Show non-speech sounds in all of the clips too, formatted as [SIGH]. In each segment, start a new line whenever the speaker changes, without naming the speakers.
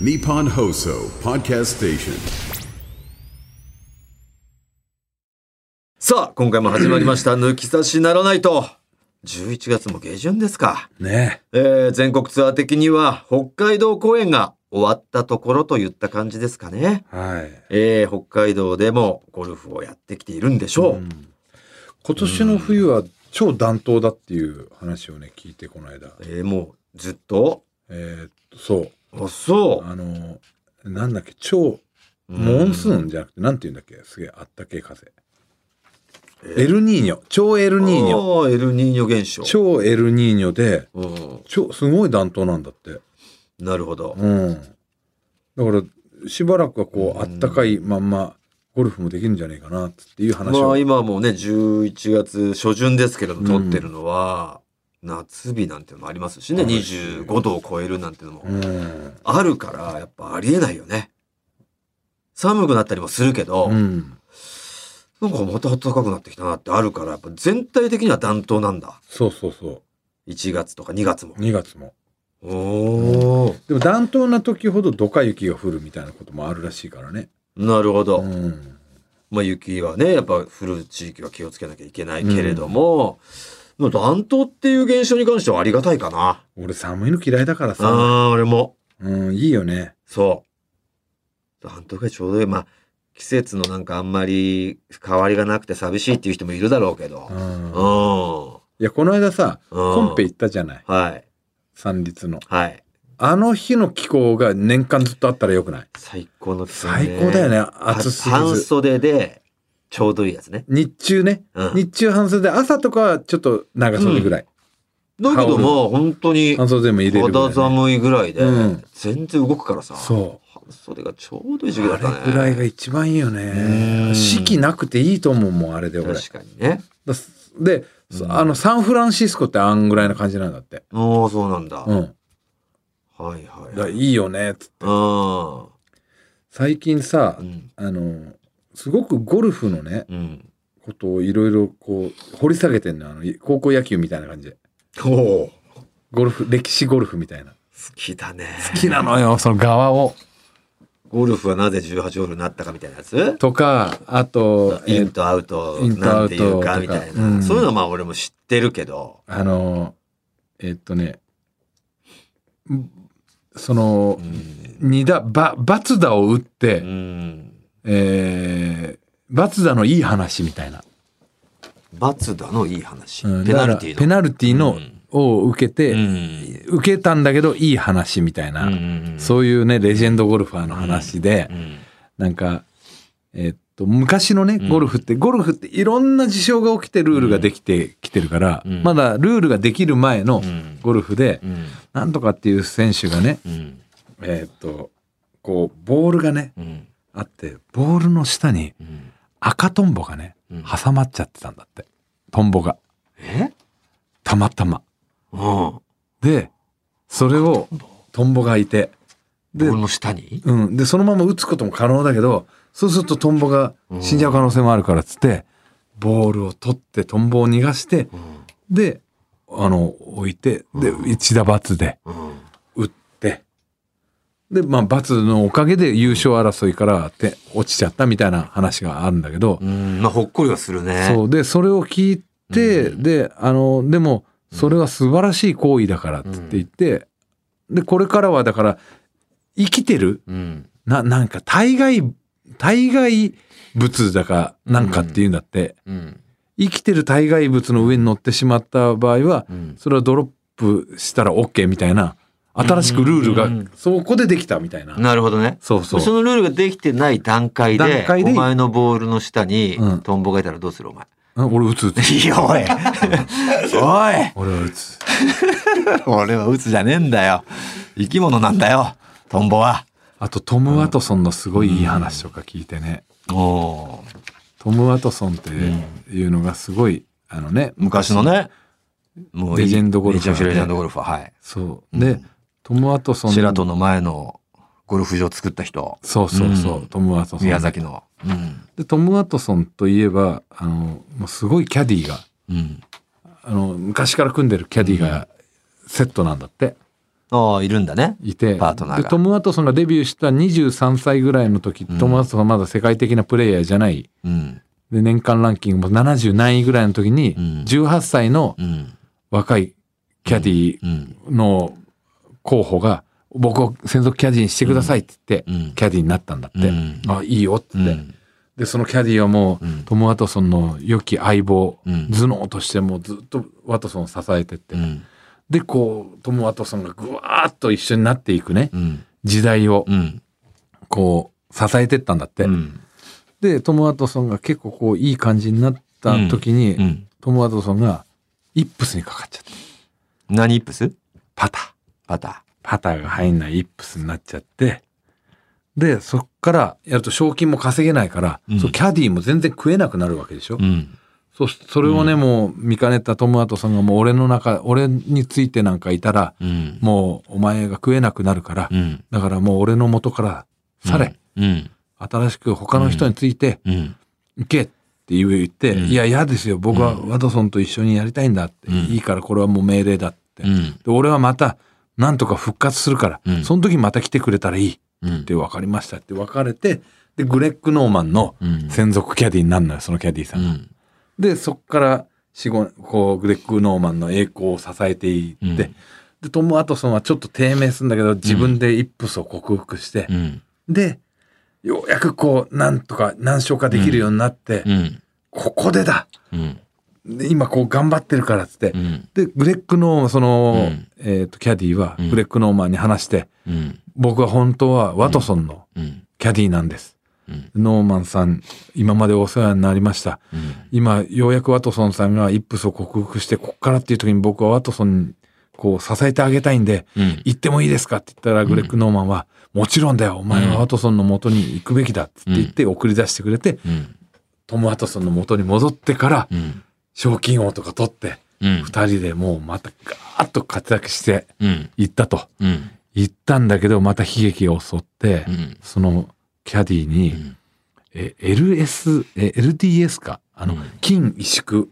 Nippon Hoso Podcast Station.
さあ、今回も始まりま
[LAUGHS]
した、抜き差しならないと。11月も下旬ですか。
ね
えー全国ツアー的には、北海道公演が終わったところといった感じですかね。
はい。
えー北海道でもゴルフをやってきているんでしょう。
今年の冬は超暖冬だっていう話をね、聞いてこの間。
えーもう、ずっと。
えーっと、そう。
あ、そ
あの、なんだっけ、超、
う。
モンス
ン。
ーンじゃなくて、なんて言うんだっけ、すげえあったけえ風。エルニーニョ。超エルニーニョ。
あーエルニーニョ現象。
超エルニーニョで、
うん、
超、すごい暖冬なんだって。
なるほど。
うん。だから、しばらくはこう、あったかいまんま、ゴルフもできるんじゃねえかな、っていう話
ま
を
あ。今もうね、11月初旬ですけれども、撮ってるのは、夏日なんてのもありますしね、25度を超えるなんてのも
うん。
あるから、やっぱありえないよね。寒くなったりもするけど、
うん。
なんかまた暖かくなってきたなってあるから、やっぱ全体的には暖冬なんだ。
そうそうそ
1月とか2月も
う。。2月も。
おー、
でも暖冬な時ほどドカ雪が降るみたいなこともあるらしいからね。
なるほど。
うん。
まあ、雪はねやっぱ降る地域は気をつけなきゃいけないけれども、もう暖冬っていう現象に関してはありがたいかな。
俺寒いの嫌いだから
あ
さ。
あ俺も
うん、いいよね。
そう暖冬がちょうどいいまあ季節のなんかあんまり変わりがなくて寂しいっていう人もいるだろうけど
う
うん
ん。
コ
いや、この間さ、コンペ行
っ
ったじゃない。
はい
三立の。
はい
あの日の気候が年間ずっとあったらよくない
最高の気温ね
最高だよね。暑すぎ
半
ず。
袖でちょうどいいやつね
日中ね。
うん
日中半袖で朝とかはちょっと長袖ぐらい。
だけども本当に
半袖でも入れるぐら
肌
いね、
寒いぐらいで
うん
全然動くからさ、
そ。
半袖がちょうどいいう時期だったね
あ。れぐらいが一番いいよ
うん
ね。四季なくていいと思うもん、あれで俺。
確かにね。
だすで、そあのサンフランシスコってあんぐらいな感じなんだって。
おお、そうなんだ。
う
はいはい
ん。だから
はいい。
いよねっつって。
あ
最近さ
あ。う、ん。
あの、すごくゴルフのね、
うん。
ことをいろいろこう、掘り下げてんの。あの、い高校野球みたいな感じで。
おお。好
ゴルフ、歴史ゴルフみたいな。
きだね。
好きなのよ、その側を。
ゴルフはなぜ18ホールになったかみたいなやつ
とか、あと、
イ
え
ン
ー
とアウト
インと
な
ア
ん
ウ
て
ト
いうか
とか
みたいうな。
ん
そういうのはまあ俺も知ってるけど。
あの、えーっとね、んその
う、ん。
二打、ば、罰打を打って、
うん。
えー、罰打のいい話みたいな。
罰だのいい話。
うん
ペナルティ
だからペ
の。
ナルティの、を受けて、
うん。
受けたんだけどいい話みたいな、
うん
そういうねレジェンドゴルファーの話で、
うん。
なんかえっと昔のねゴルフって、ゴルフっていろんな事象が起きてルールができてきてるから、
うん
まだルールができる前の
うん。
ゴルフで、
うん。
なんとかっていう選手がね
うん。
えっとこうボールがね
うん。
あってボールの下に
うん。
赤トンボがね
うん
挟まっちゃってたんだってトンボが
え
たまたま。
うん。
で、それをトンボがいて、で
ボールの下に
うん。で、そのまま打つことも可能だけど、そうするとトンボが死んじゃう可能性もあるからっつって、ボールを取ってトンボを逃がして、で、あの、置いて、で、一打罰で
うん。
打って、で、まあ、罰のおかげで優勝争いからって落ちちゃったみたいな話があるんだけど
う、ん、まあ、ほっこりはするね。
そう。で、それを聞いて、
うん
で、あの、でも、それは素晴らしい行為だからっつって言って、で、これからはだから、生きてる
うん。
な、なんか、対外、対外物だか、なんかっていうんだって、
うん。
生きてる対外物の上に乗ってしまった場合は
う、ん。
それはドロップしたら OK みたいな、新しくルール
う
が
ん、
そこでできたみたいな。
なるほどね。
そうそ。
そうのルールができてない段階で、
段階で
お前のボールの下に
うん
トンボがいたらどうするお前。
うん俺打つ打つ。
いや、おいおい
俺は打つ。
俺は鬱じゃねえんだよ。生き物なんだよ、トンボは。
あと、トム・ワトソンのすごいいい話とか聞いてね。
おー
トム・ワトソンっていうのがすごい、あのね、
昔のね、もういい
レジェンドゴルファー
めちゃくちゃレジェンドゴルファー、はい。
そう。で、トム・ワトソン。
シェラトンの前のゴルフ場作った人、
そうそうそう、
うん
トム・ワトソン。
宮崎の。うん。
で、トム・ワトソンといえば、あの、もうすごいキャディーが、
うん。
あの、昔から組んでるキャディーがセットなんだって。
ああ、いるんだね。
いて
パートナーが
でトム・ワトソンがデビューした23歳ぐらいの時、
うん
トム・ワトソンはまだ世界的なプレイヤーじゃない
うん。
で年間ランキングも70何位ぐらいの時に、
うん
18歳の
うん。
若いキャディ
うん。
の候補が「僕を専属キャディにしてください」って言って、
うん。
キャディになったんだって「
うん
あいいよ」って
う
言って、
ん。
でそのキャディはもう、
うん
トム・ワトソンの良き相棒、
うん
頭脳としてもうずっとワトソンを支えてって、
うん。
でこうトム・ワトソンがぐわーっと一緒になっていくね
うん。
時代を
うん。
こう支えてったんだって、
うん。
でトム・ワトソンが結構こういい感じになった時に、
うん。
トム・ワトソンがイップスにかかっちゃって
何イップス
パター
パタ
パターが入んないイップスになっちゃってでそっからやると賞金も稼げないから、
うん
そうキャディーも全然食えなくなるわけでしょ、
ー。うん。
そそれをね、もう見かねたトム・アトソンがもう俺の中俺についてなんかいたら
うん。
もうお前が食えなくなるから、
うん。
だからもう俺の元から去れ、
うん。
新しく他の人について
うん。
行けって言って、
うん
いや嫌ですよ僕は
うん
ワトソンと一緒にやりたいんだって、
うん
いいからこれはもう命令だって、
う
で
ん。
俺はまたなんとか復活するから、
うん
その時また来てくれたらいい
うん
って分かりましたって別れてでグレッグ・ノーマンの
うん。
専属キャディーになるのよそのキャディーさんが。
うん。
でそっから四五こうグレッグ・ノーマンの栄光を支えていって、
うん
でトム・アトソンはちょっと低迷するんだけど自分でイップスを克服して
う、ん。
でようやくこうなんとか難所化できるようになって、
うん。
ここでだ
うん。
で今こう頑張ってるからっつって、
うん。
でグレッグ・ノーマンその、
うん
えーとキャディーは
うん
グレッグ・ノーマンに話して、
うん。
僕は本当はワトソンの
うん。
キャディーなんです。
うん。
ノーマンさん今までお世話になりました。今ようやくワトソンさんがイップスを克服してこっからっていう時に僕はワトソンにこう支えてあげたいんで
うん。
行ってもいいですかって言ったらグレッグ・ノーマンは「もちろんだよお前はワトソンの元に行くべきだ」って言って送り出してくれて
うん。
トム・ワトソンの元に戻ってから
うん。
賞金王とか取って
うん。
2人でもうまたガーッと活躍して
うん。
いったと
うん。
言ったんだけどまた悲劇が襲って
うん。
そのキャディに、え LS え LDS かあの、
うん
筋萎縮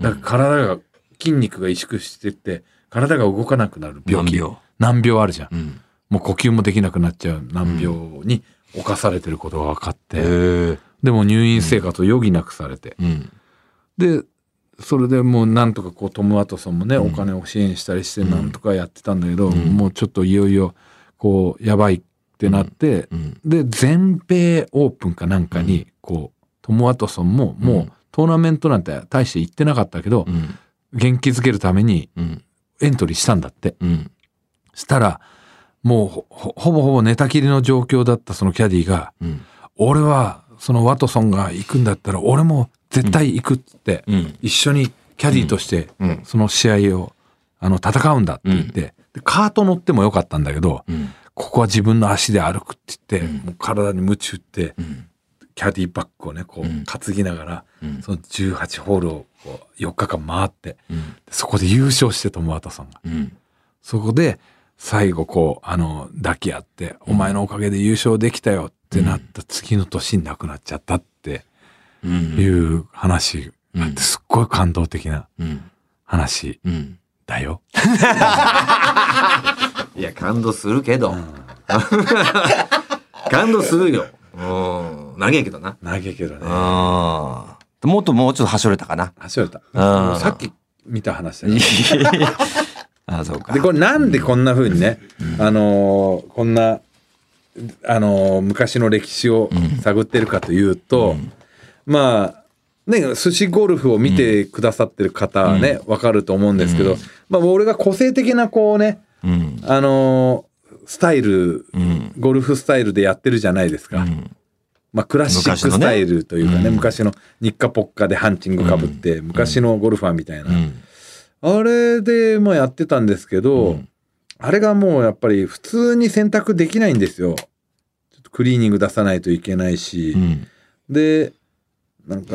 だから体が筋肉が萎縮してって体が動かなくなる病気
病。
難病あるじゃん
うん。
もう呼吸もできなくなっちゃう難病に侵されてることが分かって、
え。
でも入院生活を余儀なくされて、
うん。
でそれでもうなんとかこうトム・ワトソンもね、
うん
お金を支援したりして
うん
なんとかやってたんだけど、
うん
もうちょっといよいよこうやばいってなって、
うん。
で全米オープンかなんかにこうトム・ワトソンもも
う
うんトーナメントなんて大して行ってなかったけど
うん。
元気づけるために
うん。
エントリーしたんだって
うん。
したらもうほほほぼほぼ寝たきりの状況だったそのキャディが
うん。
「俺はそのワトソンが行くんだったら俺も絶対行く」っつって
うん。
一緒にキャディとして
うん。
その試合をあの戦うんだって言ってでカート乗ってもよかったんだけど
うん。
ここは自分の足で歩くって言っ
うん
てもう体に鞭打って。
うん。
キャディバッグをねこう
うん
担ぎながら、
うん。
その18ホールをこう4日間回って
うん。
そこで優勝してトム・ワトソンが
うん。
そこで最後こうあの抱き合って「お前のおかげで優勝できたよ」ってなった次の年に亡くなっちゃったって
う
い
ん。
う話があってすっごい感動的な
うん。
話
うん。
だよ。
いや、感動するけど。感動するよ。うん。長いけどな。。
長いけどね。
ああ。もっともうちょっとはしょれたかな。
走れた。
あー
さっき見た話だよ。
ああ、そうか
で。これなんでこんな風にね、あのーこんな、あのー昔の歴史を探ってるかというと、まあね寿司ゴルフを見てくださってる方はね、わかると思うんですけど、まあ俺が個性的なこうね、
うん。
あのースタイル、
うん。
ゴルフスタイルでやってるじゃないですか。
うん。
まあ、クラシックスタイルというかね昔の日課ポッカでハンチングかぶって、昔のゴルファーみたいな、
うん。
あれでまあやってたんですけど、
うん
あれがもうやっぱり普通に洗濯できないんですよ。ちょっとクリーニング出さないといけないし、
うん。
でなんか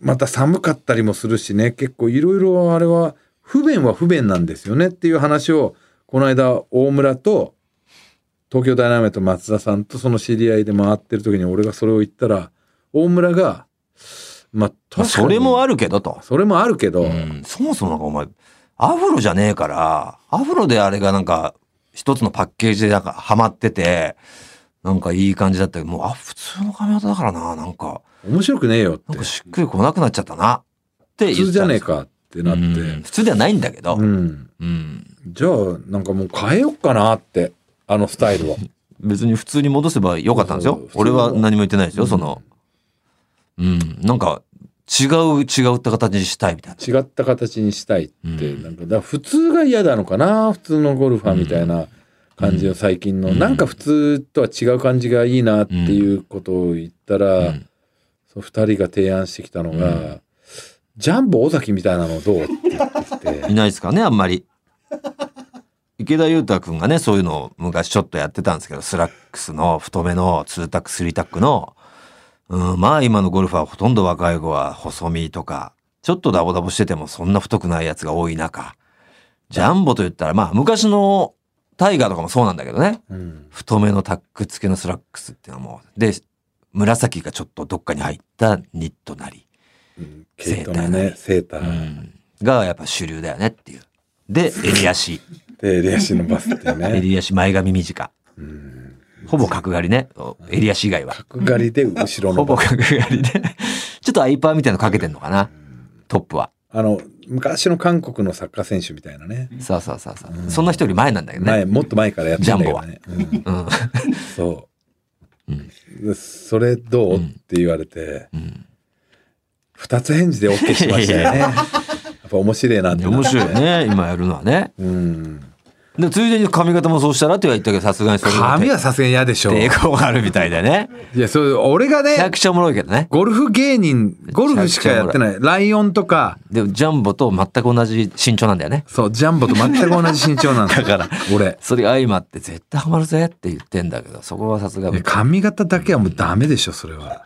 また寒かったりもするしね結構いろいろあれは不便は不便なんですよねっていう話をこの間大村と東京ダイナメイト松田さんとその知り合いで回ってる時に俺がそれを言ったら大村がまあ確かに
それもあるけどと。
それもあるけど、
うんそもそもなんかお前、アフロじゃねえから、アフロであれがなんか、一つのパッケージでなんかハマってて、なんかいい感じだったけど、もう、あ、普通の髪型だからな、なんか、
面白くねえよっ
なん
て
かしっくりこなくなっちゃったな、って言っ
普
てたんです
通じゃねえかってなっ
うん
て
普通ではないんだけど。
うん
うん
じゃあなんかもう変えよっかなってあのスタイルは
別に普通に戻せばよかったんです
そ
よ
う普。通
俺は何も言ってないですよ、
うん
その。うん、なんか、違う、違うって形にしたいみたいな。
違った形にしたいって、
うん
なんかだから普通が嫌なのかな普通のゴルファーみたいな感じの最近の、
うん
なんか普通とは違う感じがいいなっていうことを言ったら、
うん
その2人が提案してきたのが、
うん
ジャンボ尾崎みたいなのどうって言ってきて
いないですからね、あんまり。池田裕太君がね、そういうのを昔ちょっとやってたんですけど、スラックスの太めの2タック、3タックの、うん、まあ今のゴルファーほとんど若い子は細身とか、ちょっとダボダボしててもそんな太くないやつが多い中、ジャンボと言ったら、まあ昔のタイガーとかもそうなんだけどね、
うん
太めのタック付けのスラックスっていうのはもう、で、紫がちょっとどっかに入ったニットなり、
うん毛糸のねセーター、
がやっぱ主流だよねっていう。で、襟足。
でレアシのバスってね、
襟足前髪短。
うん、
ほぼ角刈りね。お襟足以外は。
角刈りで後ろ
ほ
の
ぼ
バス
角刈りで。ちょっとアイパーみたいなのかけてんのかな。トップは。
あの昔の韓国のサッカー選手みたいなね
そうそうそうそう。そんな人より前なんだけどね。
前もっと前からやってんだけどね、うん
うん。
そう、
うん
でそれどう、
うん
って言われて
うん
二つ返事で OK しましたよねやっぱ面白いなってなって
面白いよね。
[LAUGHS]
今やるのはね。
うん
でも、ついでに髪型もそうしたらっては言ったけど、さすがにそれ
髪は
は
さすがに嫌でしょ
抵抗があるみたいだよね。
いやそれ俺が
めちゃ
ね
くちゃおもろいけどね。
ゴルフ芸人ゴルフしかやってないライオンとか
でも、ジャンボと全く同じ身長なんだよね。
そうジャンボと全く同じ身長なんですよ
だから
俺
それが相まって絶対ハマるぜって言ってんだけど、そこはさすが
いや髪型だけはもうダメでしょそれは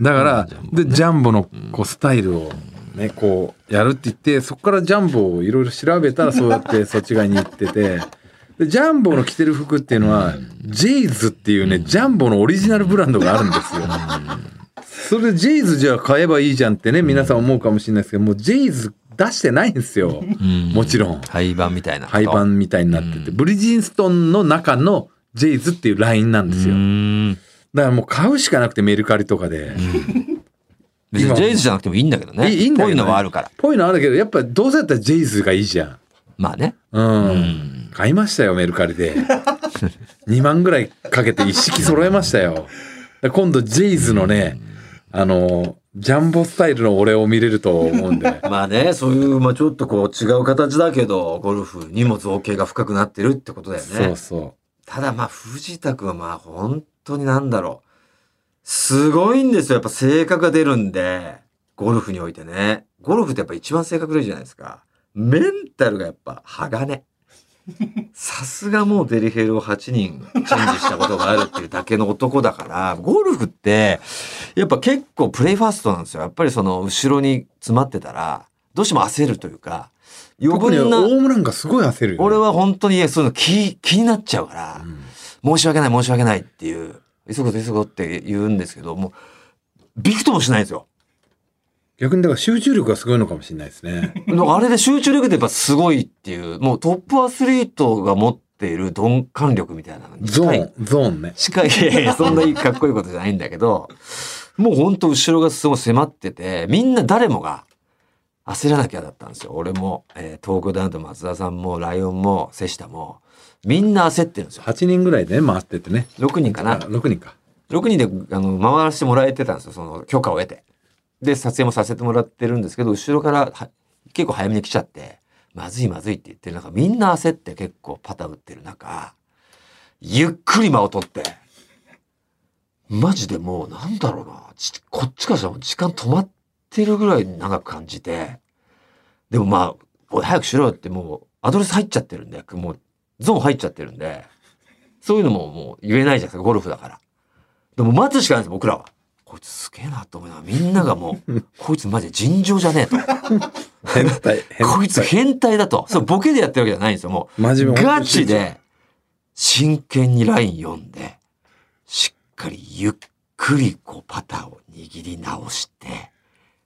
だからでジャンボのこうスタイルをねこうやるって言ってそこからジャンボをいろいろ調べたらそうや [LAUGHS] ってそっち側に行っててでジャンボの着てる服っていうのはジェイズっていうねジャンボのオリジナルブランドがあるんですよそれでジェイズじゃあ買えばいいじゃんってね皆さん思うかもしれないですけどもうジェイズ出してないんですよもちろん
廃盤みたいな。
廃盤みたいになってて、
う
ブリヂンストンの中のジェイズっていうラインなん
う
ですよ。
ーん。
だからもう買うしかなくてメルカリとかで。
別にジェイズじゃなくてもいいんだけどね。
いいいいんだけどね
こういうのはあるから。
ぽいのあるけど、やっぱどうせだったらジェイズがいいじゃん。
まあね。
うん。
ん
買いましたよ、メルカ
[LAUGHS]
リで。2万ぐらいかけて一式揃えましたよ。で今度ジェイズのね、あの、ジャンボスタイルの俺を見れると
[LAUGHS]
思うんで
まあね、そういう、まあちょっとこう違う形だけど、ゴルフにも造形が深くなってるってことだよね。
そうそ
ただまあ、藤田君はまあ、本当になんだろう。すごいんですよ。やっぱ性格が出るんで、ゴルフにおいてね。ゴルフってやっぱ一番性格出るじゃないですか。メンタルがやっぱ鋼。さすがもうデリヘルを8人チェンジしたことがあるっていうだけの男だから、
ゴルフって、やっぱ結構プレイファーストなんですよ。やっぱりその後ろに詰まってたら、どうしても焦るというか、
う。
余
特にオ
分な、
ウムなんかすごい焦るよ、ね。
俺は本当にそういうの気、気になっちゃうから、申し訳ない申し訳ないっていう、急ごう急ごうって言うんですけど、もう、びくともしないんですよ。
逆にだから集中力がすごいのかもしれないですね。
なんかあれで集中力ってやっぱすごいっていう、もうトップアスリートが持っている鈍感力みたいなのに
ゾ
近い。
ーン、ゾーンね。
近い。いやいや、そんないいかっこいいことじゃないんだけど、もうほんと後ろがすごい迫ってて、みんな誰もが焦らなきゃだったんですよ。俺も、えー東京ダウンと松田さんも、ライオンも、瀬下も、みんな焦ってるんですよ。
8人ぐらいでね、回ってってね。
6人か
あ
な。
6人か。
6人であの回らせてもらえてたんですよその許可を得てで撮影もさせてもらってるんですけど後ろからは結構早めに来ちゃってまずいまずいって言ってる中みんな焦って結構パター打ってる中ゆっくり間を取ってマジでもうなんだろうなちこっちからしたらもう時間止まってるぐらい長く感じてでもまあおい早くしろよってもうアドレス入っちゃってるんでもうゾーン入っちゃってるんでそういうのももう言えないじゃないですかゴルフだから。でも待つしかないんです、僕らは。こいつすげえなと思いながら、みんながも
[LAUGHS]
う、こいつマジで尋常じゃねえと。
変態、変態。
こいつ変態だと。そう、ボケでやってるわけじゃないんですよ、も
真
う。
面目
ガチ。で、真剣にライン読んで、しっかりゆっくりこうパターを握り直して、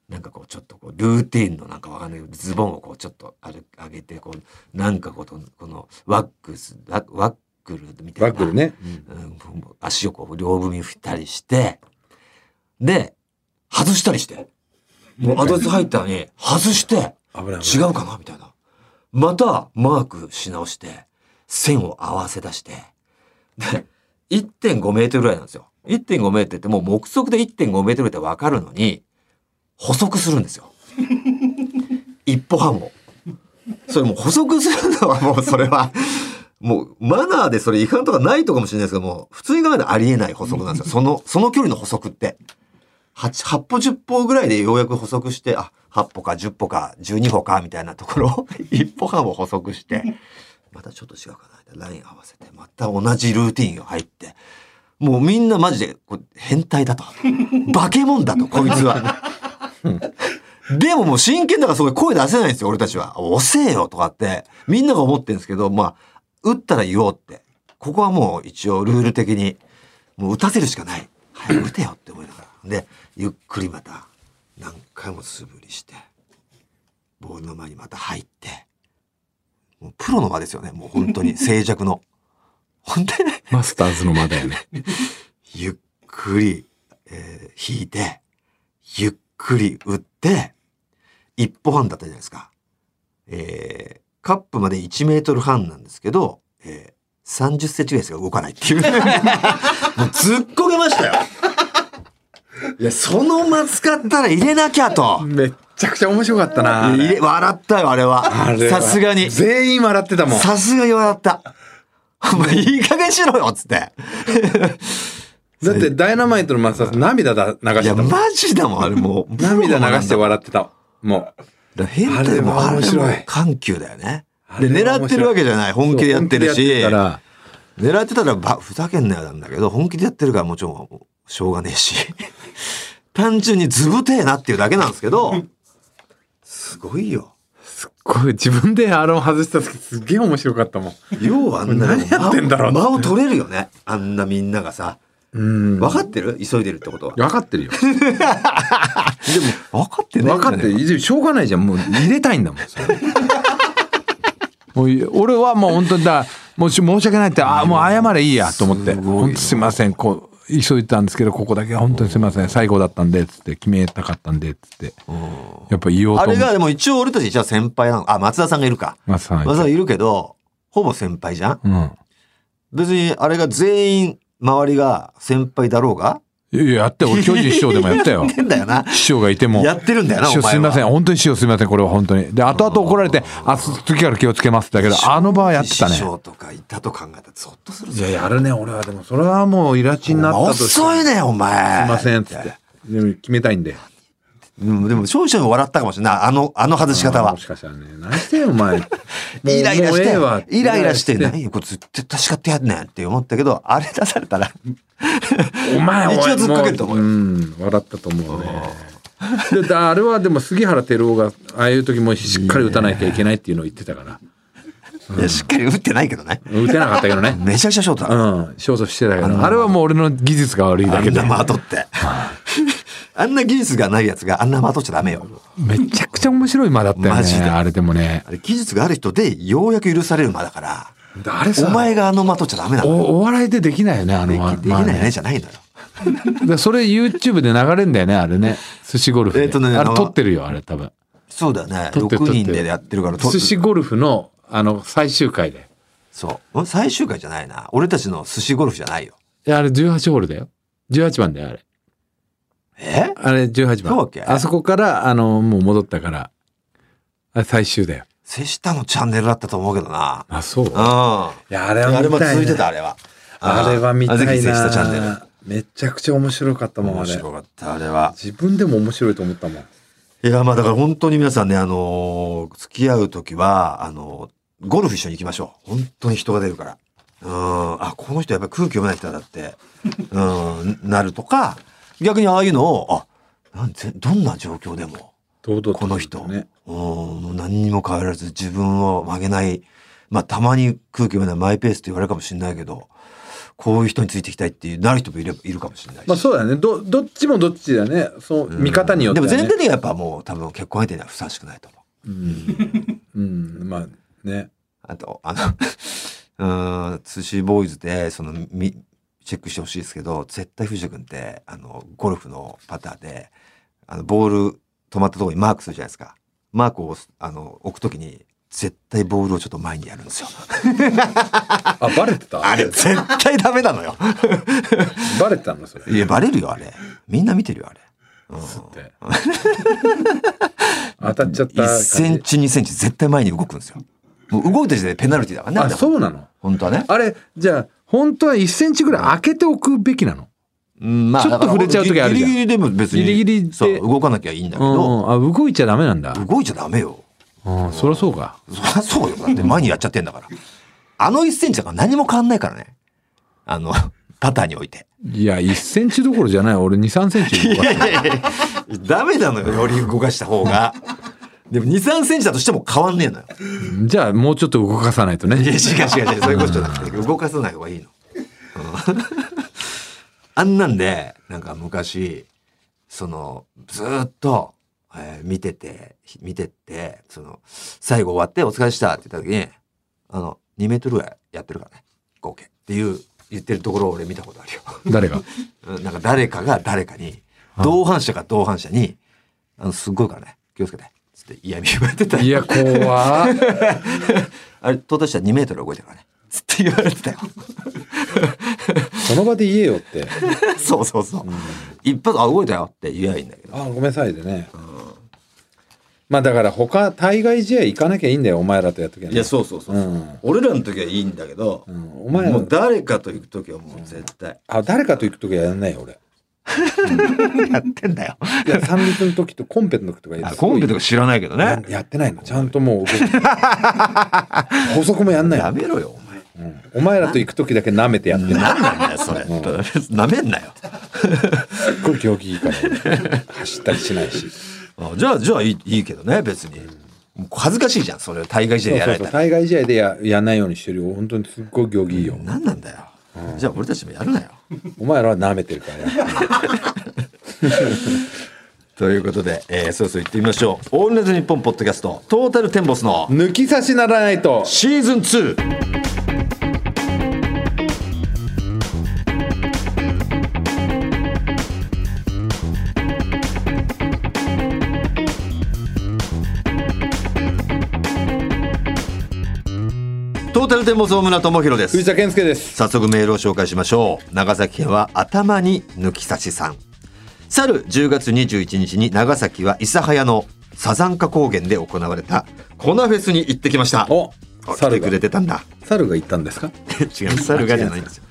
なんかこうちょっとこうルーティンのなんかわかんないけどズボンをこうちょっとあれ上げてこうなんかことこのワックスワッワックルみたいな
バックルね。
うん、足をこう両踏みしたりしてで外したりしてもうアドレス入ったのに外して
危ない
違うかなみたいな。またマークし直して、線を合わせ出して、で、1.5メートルぐらいなんですよ。1.5メートルってもう目測で1.5メートルってわかるのに、補足するんですよ。 [LAUGHS] 一歩半も。それもう補足するのはもうそれは、もうマナーでそれ違反とかないとかもしれないですけども、普通に考えたらありえない補足なんですよ。その、その距離の補足って。8, 8歩10歩ぐらいでようやく補足して、あ、8歩か10歩か12歩かみたいなところを [LAUGHS] 1歩半を補足して、またちょっと違うかな、ライン合わせて、また同じルーティンが入って、もうみんなマジでこう変態だと。 [LAUGHS] 化け物だと、こいつは。 [LAUGHS] でももう真剣だからそこで声出せないんですよ、俺たちは。遅えよとかって、みんなが思ってるんですけど、まあ、打ったら言おうって。ここはもう一応ルール的に、もう打たせるしかない。早く打てよって思いながら。で、ゆっくりまた何回も素振りして、ボールの前にまた入って、もうプロの間ですよね、もう本当に静寂の。ほんで、
マスターズの間だよね。
ゆっくり、えー引いて、ゆっくり打って、一歩半だったじゃないですか。えーカップまで1メートル半なんですけど、えー30センチぐらいしか動かないっていう。もうずっこけましたよ。いや、その間使ったら入れなきゃと。
めっちゃくちゃ面白かったな。
入れ、笑ったよ、あれ
あ
は。
れ
さ
は
すがに。
全員笑ってたもん。
さすがに笑った。お前、いい加減しろよっつって。
だってダイナマイトのマスターズ涙だ流
い
して
や、
たもん。
マジだもん、あれもう。
涙流して笑ってた。もう。
だから変態もあ
あれ
れも
は面白い
緩急だよね。
あ
で
れは
狙っ
面白い
てるわけじゃない本気でやってるし
そう本気でやって
狙ってたらばふざけんなよなんだけど本気でやってるからもちろんしょうがねえし [LAUGHS] 単純にずぶてえなっていうだけなんですけどすごいよ。
たら、こう自分でアロン外した時すっげえ面白かったもん。
ようあんな
これ何やってんだろう
間を間を取れるよねあんなみんながさ
うん。
分かってる急いでるってことは
分かってるよ。
分かってない
分かってる。しょうがないじゃん。もう入れたいんだもん。それもうい俺はもう本当にだ、もうし申し訳ないって、ああ、もう謝れいいやと思って、本当すいません。こう、急いでたんですけど、ここだけは本当にすいません。最後だったんで、つって、決めたかったんで、つって。やっぱ言おう
あ
と思
れ
って
がでも一応俺たちじゃあ先輩なのあ松田さんがいるか
マスター
松田
ズ
さんいるけどほぼ先輩じゃん
うん。
別にあれが全員周りが先輩だろうが
いやいや、やって、俺、巨人師匠でもやったよ
やっ。てんだよな。
[LAUGHS] 師匠がいても。
やってるんだよな
師匠
お前は
すいません。本当に師匠すいません。これは本当に。で、後々怒られて、あ、次から気をつけますだけど、あの場はやってたね
師。匠とかいたと考えたらゾッとする
い
ぞ。
や、やるね、俺は。でも、それはもう、イラチになったとして。
遅いね、お前。
すいません、つって。でも、決めたいんで。
うん。でも、少々笑ったかもしれない。あの、あの外し方は
もし。かしたらね、何してんよ、お前。も
[LAUGHS]
う
イライラし
もうえ
て
えわ、
イライラして、
イ
何よ、これ絶対確かってやんねんって思ったけど、あれ出されたら、
お前、
一応
俺
ずっこけると思うよ
もうん、笑ったと思うね。でだあれはでも杉原輝夫がああいう時もしっかり打たなきゃいけないっていうのを言ってたから
いやしっかり打ってないけどね。
打てなかったけ
[LAUGHS]
どね
めちゃくちゃショートだ。
うん、ショートしてたけど、あれはもう俺の技術が悪い
あ
だけ
ん
で
な。間取って。 [LAUGHS] あんな技術がないやつがあんな間取っちゃダメよ。
めちゃくちゃ面白い間だったよ
マジ
ね。
で
あれでもね
あ。れ技術がある人でようやく許される間だから、
あれ
お
さ、
前があの間取っちゃダメなの。
おお笑いでできないよね、あの
できできないね、じゃないのよ。
まあねそれ YouTube で流れんだよね、あれね。寿司ゴルフで。
えーとね
あ
あの
れ撮ってるよ、あれ多分。
そうだよね。
撮って
6人でやってるから、と
寿司ゴルフの、あの、最終回で。
そう。ん最終回じゃないな。俺たちの寿司ゴルフじゃないよ。
いやあれ18ホールだよ。18番だよ、あれ。
え
あれ18番。
そうだっけ
あそこから、あの、もう戻ったから。あれ最終だよ。
瀬下のチャンネルだったと思うけどな。
あ、そう。
うん。あ
や、あれ
れも続いて
た
た、あれは。
あれは見たいな。
ぜひ瀬下チャンネル。
めちゃくちゃ面白かったもん、あ
面
れ。
白かった、あれは。
自分でも面白いと思ったもん。
いや、まあだから本当に皆さんね、あのー付き合うときは、あのーゴルフ一緒に行きましょう。本当に人が出るから。うん。あ、この人やっぱり空気読めない人だって、うん、なるとか、逆にああいうのを、あ、なんぜどんな状況でも、
堂々と
この人、
ね。
うん、もう何にも変えられず自分を曲げない、まあたまに空気読めないマイペースって言われるかもしれないけど、こういう人についていきたいっていうなる人もいればいるかもしれないし、
まあそうだねどどっちもどっちだねそう見方によって
でも
はね、
全然的にはやっぱもう多分結婚相手にはふさわしくないと思う
うん、うん、まあね
あと [LAUGHS] あのうーん通信ボーイズでそのみチェックしてほしいですけど絶対藤田君ってあのゴルフのパターであのボール止まったところにマークするじゃないですかマークを押すあの置くときに絶対ボールをちょっと前にやるんですよ
あバレてた
あれ絶対ダメなの
[LAUGHS]
よ
バレてたのそれ
いやバレるよあれみんな見てるよあれ
つって当たっちゃった
1
感じ
センチ2センチ絶対前に動くんですよもう動いた時点でペナルティーだからね
あ
れは
そうなの
本当はね
あれじゃあ本当は1センチぐらい開けておくべきなの、
うんま
ちょっと触れちゃう時あるじゃん
ギリギリでも別に
ギリギリで
そう動かなきゃいいんだけ
うん
ど、
うんあ動いちゃダメなんだ、
動いちゃダメよ
うん、そりゃそうか
そりゃそうよだって前にやっちゃってんだからあの1センチだから何も変わんないからねあのパターにおいて
いや1センチどころじゃない俺23センチ動かす
ダメなのよより動かした方がでも23センチだとしても変わんねえのよ
じゃあもうちょっと動かさないと
いや
ね
違う違う違う [LAUGHS] そういうことじゃなくて動かさない方がいいの、うん [LAUGHS] あんなんでなんか昔そのずーっと、えー見ててひ見てってその最後終わって「お疲れでした」って言った時にあの2メートルぐらいやってるからね合計っていう言ってるところを俺見たことあるよ。
誰が
うんなんか誰かが誰かに、同伴者か同伴者に、あの、すっごいからね、気をつけて、つって嫌味言われてたよ
いや
[LAUGHS]
怖っ
あれ、トータルしたら2メートル動いてるからね、つって言われてたよ。
その場で言えよって
[LAUGHS] そうそうそう。一発、あ、動いたよって言えばいいんだけど。
あごめんなさいでね、まあだから他対外試合行かなきゃいいんだよお前らとやっときゃね
いや、そうそうそう。
うん
俺らの時はいいんだけど、
んお前ら
もう誰かと行く時はもう絶対。
あ誰かと行く時はやんないよ俺
やってんだよ。
いや三立の時とコンペの時とかや
あコンビとか知らないけどね。
やってないのちゃんともう動く補足もやんない
や
よ、
めろよ、お前。
うんお前らと行く時だけ舐めてやってる
なんなんだよ、それ。なめんなよ。
すっごい行儀いいから俺走ったりしないし
あじゃあ、じゃあいいいいけどね、別に。もう恥ずかしいじゃん、それ、対外試合
そう
や
そ
られ
うそう
たら。
対外試合でややんないようにしてるよ本当にすっごい行儀いいよ、
なんなんだよ。じゃあ、俺たちもやるなよ。
お前らは舐めてるからやってない
ということで、えー、そろそろ行ってみましょう。オールナイトニッポンポッドキャスト、トータルテンボスの
抜き差しならないと
シーズン 2! トータルテンボス大村智弘です
藤。田健介です
早速メールを紹介しましょう長崎県は頭に抜き差しさん去る10月21日に長崎は諫早のサザンカ高原で行われたコナフェスに行ってきました
お
あ来て
猿
く
が
れてたんだ
[LAUGHS] 猿が行ったんですか
違う [LAUGHS] 猿がじゃないんですよ、えー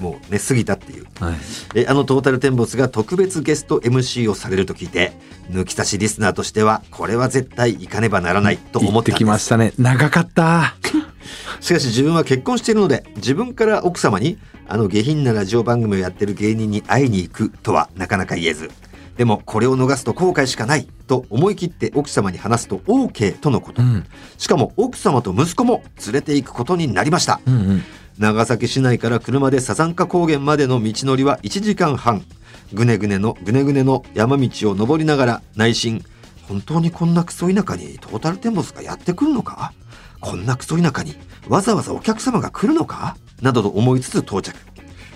もう寝過ぎたっていう
[LAUGHS] はい
えーあのトータルテンボスが特別ゲスト MC をされると聞いて抜き差しリスナーとしてはこれは絶対行かねばならないと思
行
っ
って
たん
き
です
ましたね長かった
しかし自分は結婚しているので自分から奥様にあの下品なラジオ番組をやってる芸人に会いに行くとはなかなか言えずでもこれを逃すと後悔しかないと思い切って奥様に話すと OK とのこと、
ん
しかも奥様と息子も連れて行くことになりました、
うんうん
長崎市内から車でサザンカ高原までの道のりは1時間半ぐねぐねのぐねぐねの山道を登りながら内心本当にこんなクソ田舎にトータルテンボスがやってくるのかこんなクソ田舎にわざわざお客様が来るのかなどと思いつつ到着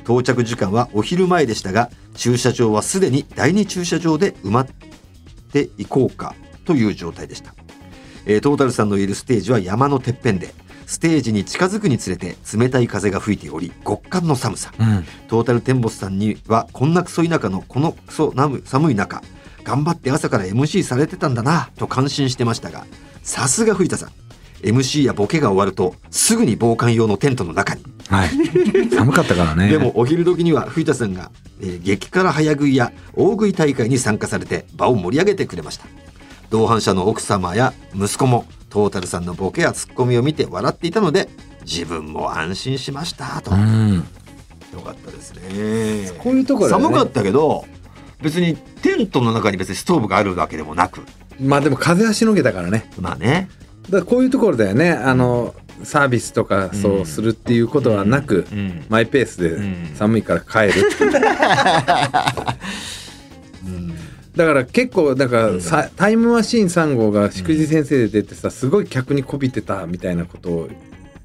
到着時間はお昼前でしたが駐車場はすでに第二駐車場で埋まっていこうかという状態でしたえートータルさんのいるステージは山のてっぺんでステージに近づくにつれて冷たい風が吹いており極寒の寒さ、
うん
トータルテンボスさんにはこんなクソ田舎のこのクソなむ寒い中頑張って朝から MC されてたんだなと感心してましたがさすが藤田さん MC やボケが終わるとすぐに防寒用のテントの中に
はい [LAUGHS] 寒かったからね
でもお昼時には藤田さんが、えー激辛早食いや大食い大会に参加されて場を盛り上げてくれました同伴者の奥様や息子もトータルさんのボケやツッコミを見て笑っていたので自分も安心しましたと、
うん
よかったですね
こういうところだよね
寒かったけど別にテントの中に別にストーブがあるわけでもなく
まあでも風はしのげたからね
まあね
だからこういうところだよねあのサービスとかそうするっていうことはなく、
うん
マイペース
ん
で寒いから帰る [LAUGHS] っていうだから結構だからさタイムマシーン3号が祝辞先生で出てさすごい客にこびてたみたいなことを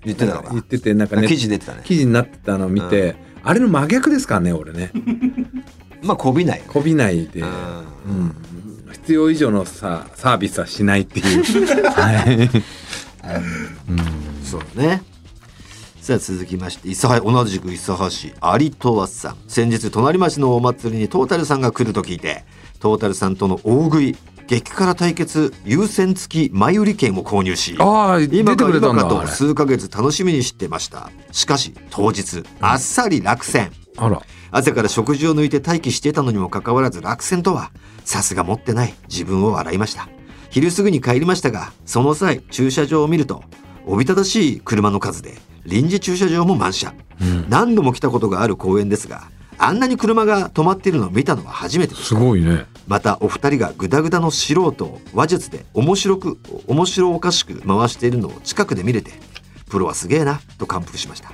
言ってたのか
言っててなんかね
記事出てたね
記事になってたのを見て、あれの真逆ですからね
[LAUGHS]
俺ね
まあこびないよね
こびないで、
うん
うん必要以上のさサービスはしないっていうはい
そうだねさあ続きまして諫早同じく諫早市有戸さん先日隣町のお祭りにトータルさんが来ると聞いてトータルさんとの大食い激辛対決優先付き前売り券を購入し
ああ
今か今か
あ
と
れ
数ヶ月楽しみにしてましたしかし当日あっさり落選
[LAUGHS] あら
朝から食事を抜いて待機していたのにもかかわらず落選とはさすが持ってない自分を笑いました昼過ぎに帰りましたがその際駐車場を見るとおびただしい車の数で臨時駐車場も満車、何度も来たことがある公園ですがあんなに車が止まっているのを見たのは初めてです
すごいね
またお二人がグダグダの素人を話術で面白く面白おかしく回しているのを近くで見れてプロはすげえなと感服しました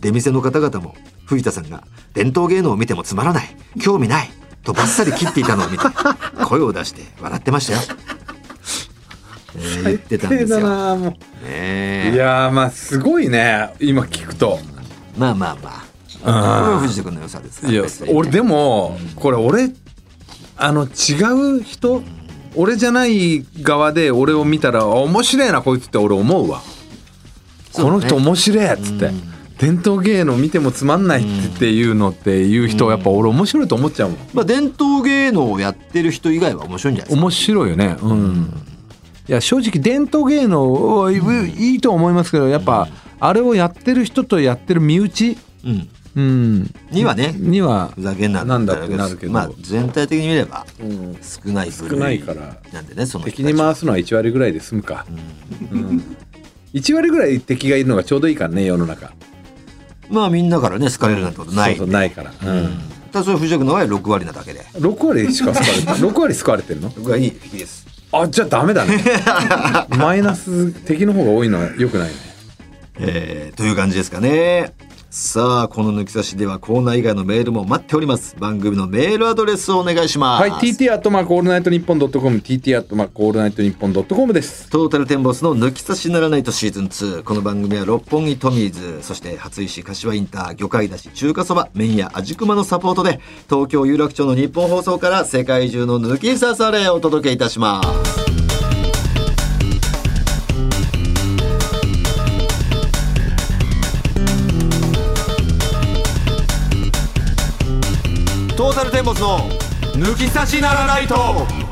出店の方々も藤田さんが伝統芸能を見てもつまらない興味ないとバッサリ切っていたのを見て声を出して笑ってましたよ、えー言ってたんですよ、ね
なもうい
え、
やーまあすごいね今聞くと
まあまあまあこれは藤田君の良さですから
いや
別にね
俺でもこれ俺あの違う人俺じゃない側で俺を見たらあ面白いなこいつって俺思うわ
そう
こ
ね
の人面白いっつって伝統芸能見てもつまんないっていうのっていう人やっぱ俺面白いと思っちゃうもん
まあ伝統芸能をやってる人以外は面白いんじゃないですか
面白いよねうんいや正直伝統芸能はいいいと思いますけどやっぱあれをやってる人とやってる身内
うん
うん
にはね
には
ふざけんな
なんだってなるけど
まあ全体的に見れば
ん
少ない部類
少ないから
なんでねその人
敵
たち
に回すのは1割ぐらいで済むか、うん1割ぐらい敵がいるのがちょうどいいからね世の中
まあみんなからね好かれるなんてことない
そうそうないから、うん
ただそれ藤君の場合は6割なだけで
6割しか救われて6割 [LAUGHS] 救われてるの
僕はいい敵です
あじゃあダメだ [LAUGHS] ねマイナス敵の方が多いのはよくないね
えーという感じですかねさあこの抜き差しではコーナー以外のメールも待っております番組のメールアドレスをお願いします
はい TT アットマークオールナイトニッポンドットコム TT アットマークオールナイトニッポンドットコムです
トータルテンボスの抜き差しならないとシーズン2。この番組は六本木トミーズ、そして初石柏インター、魚介だし中華そば、麺屋味熊のサポートで、東京有楽町の日本放送から世界中の抜き差されをお届けいたします。トータルテンボスの抜き差しならないと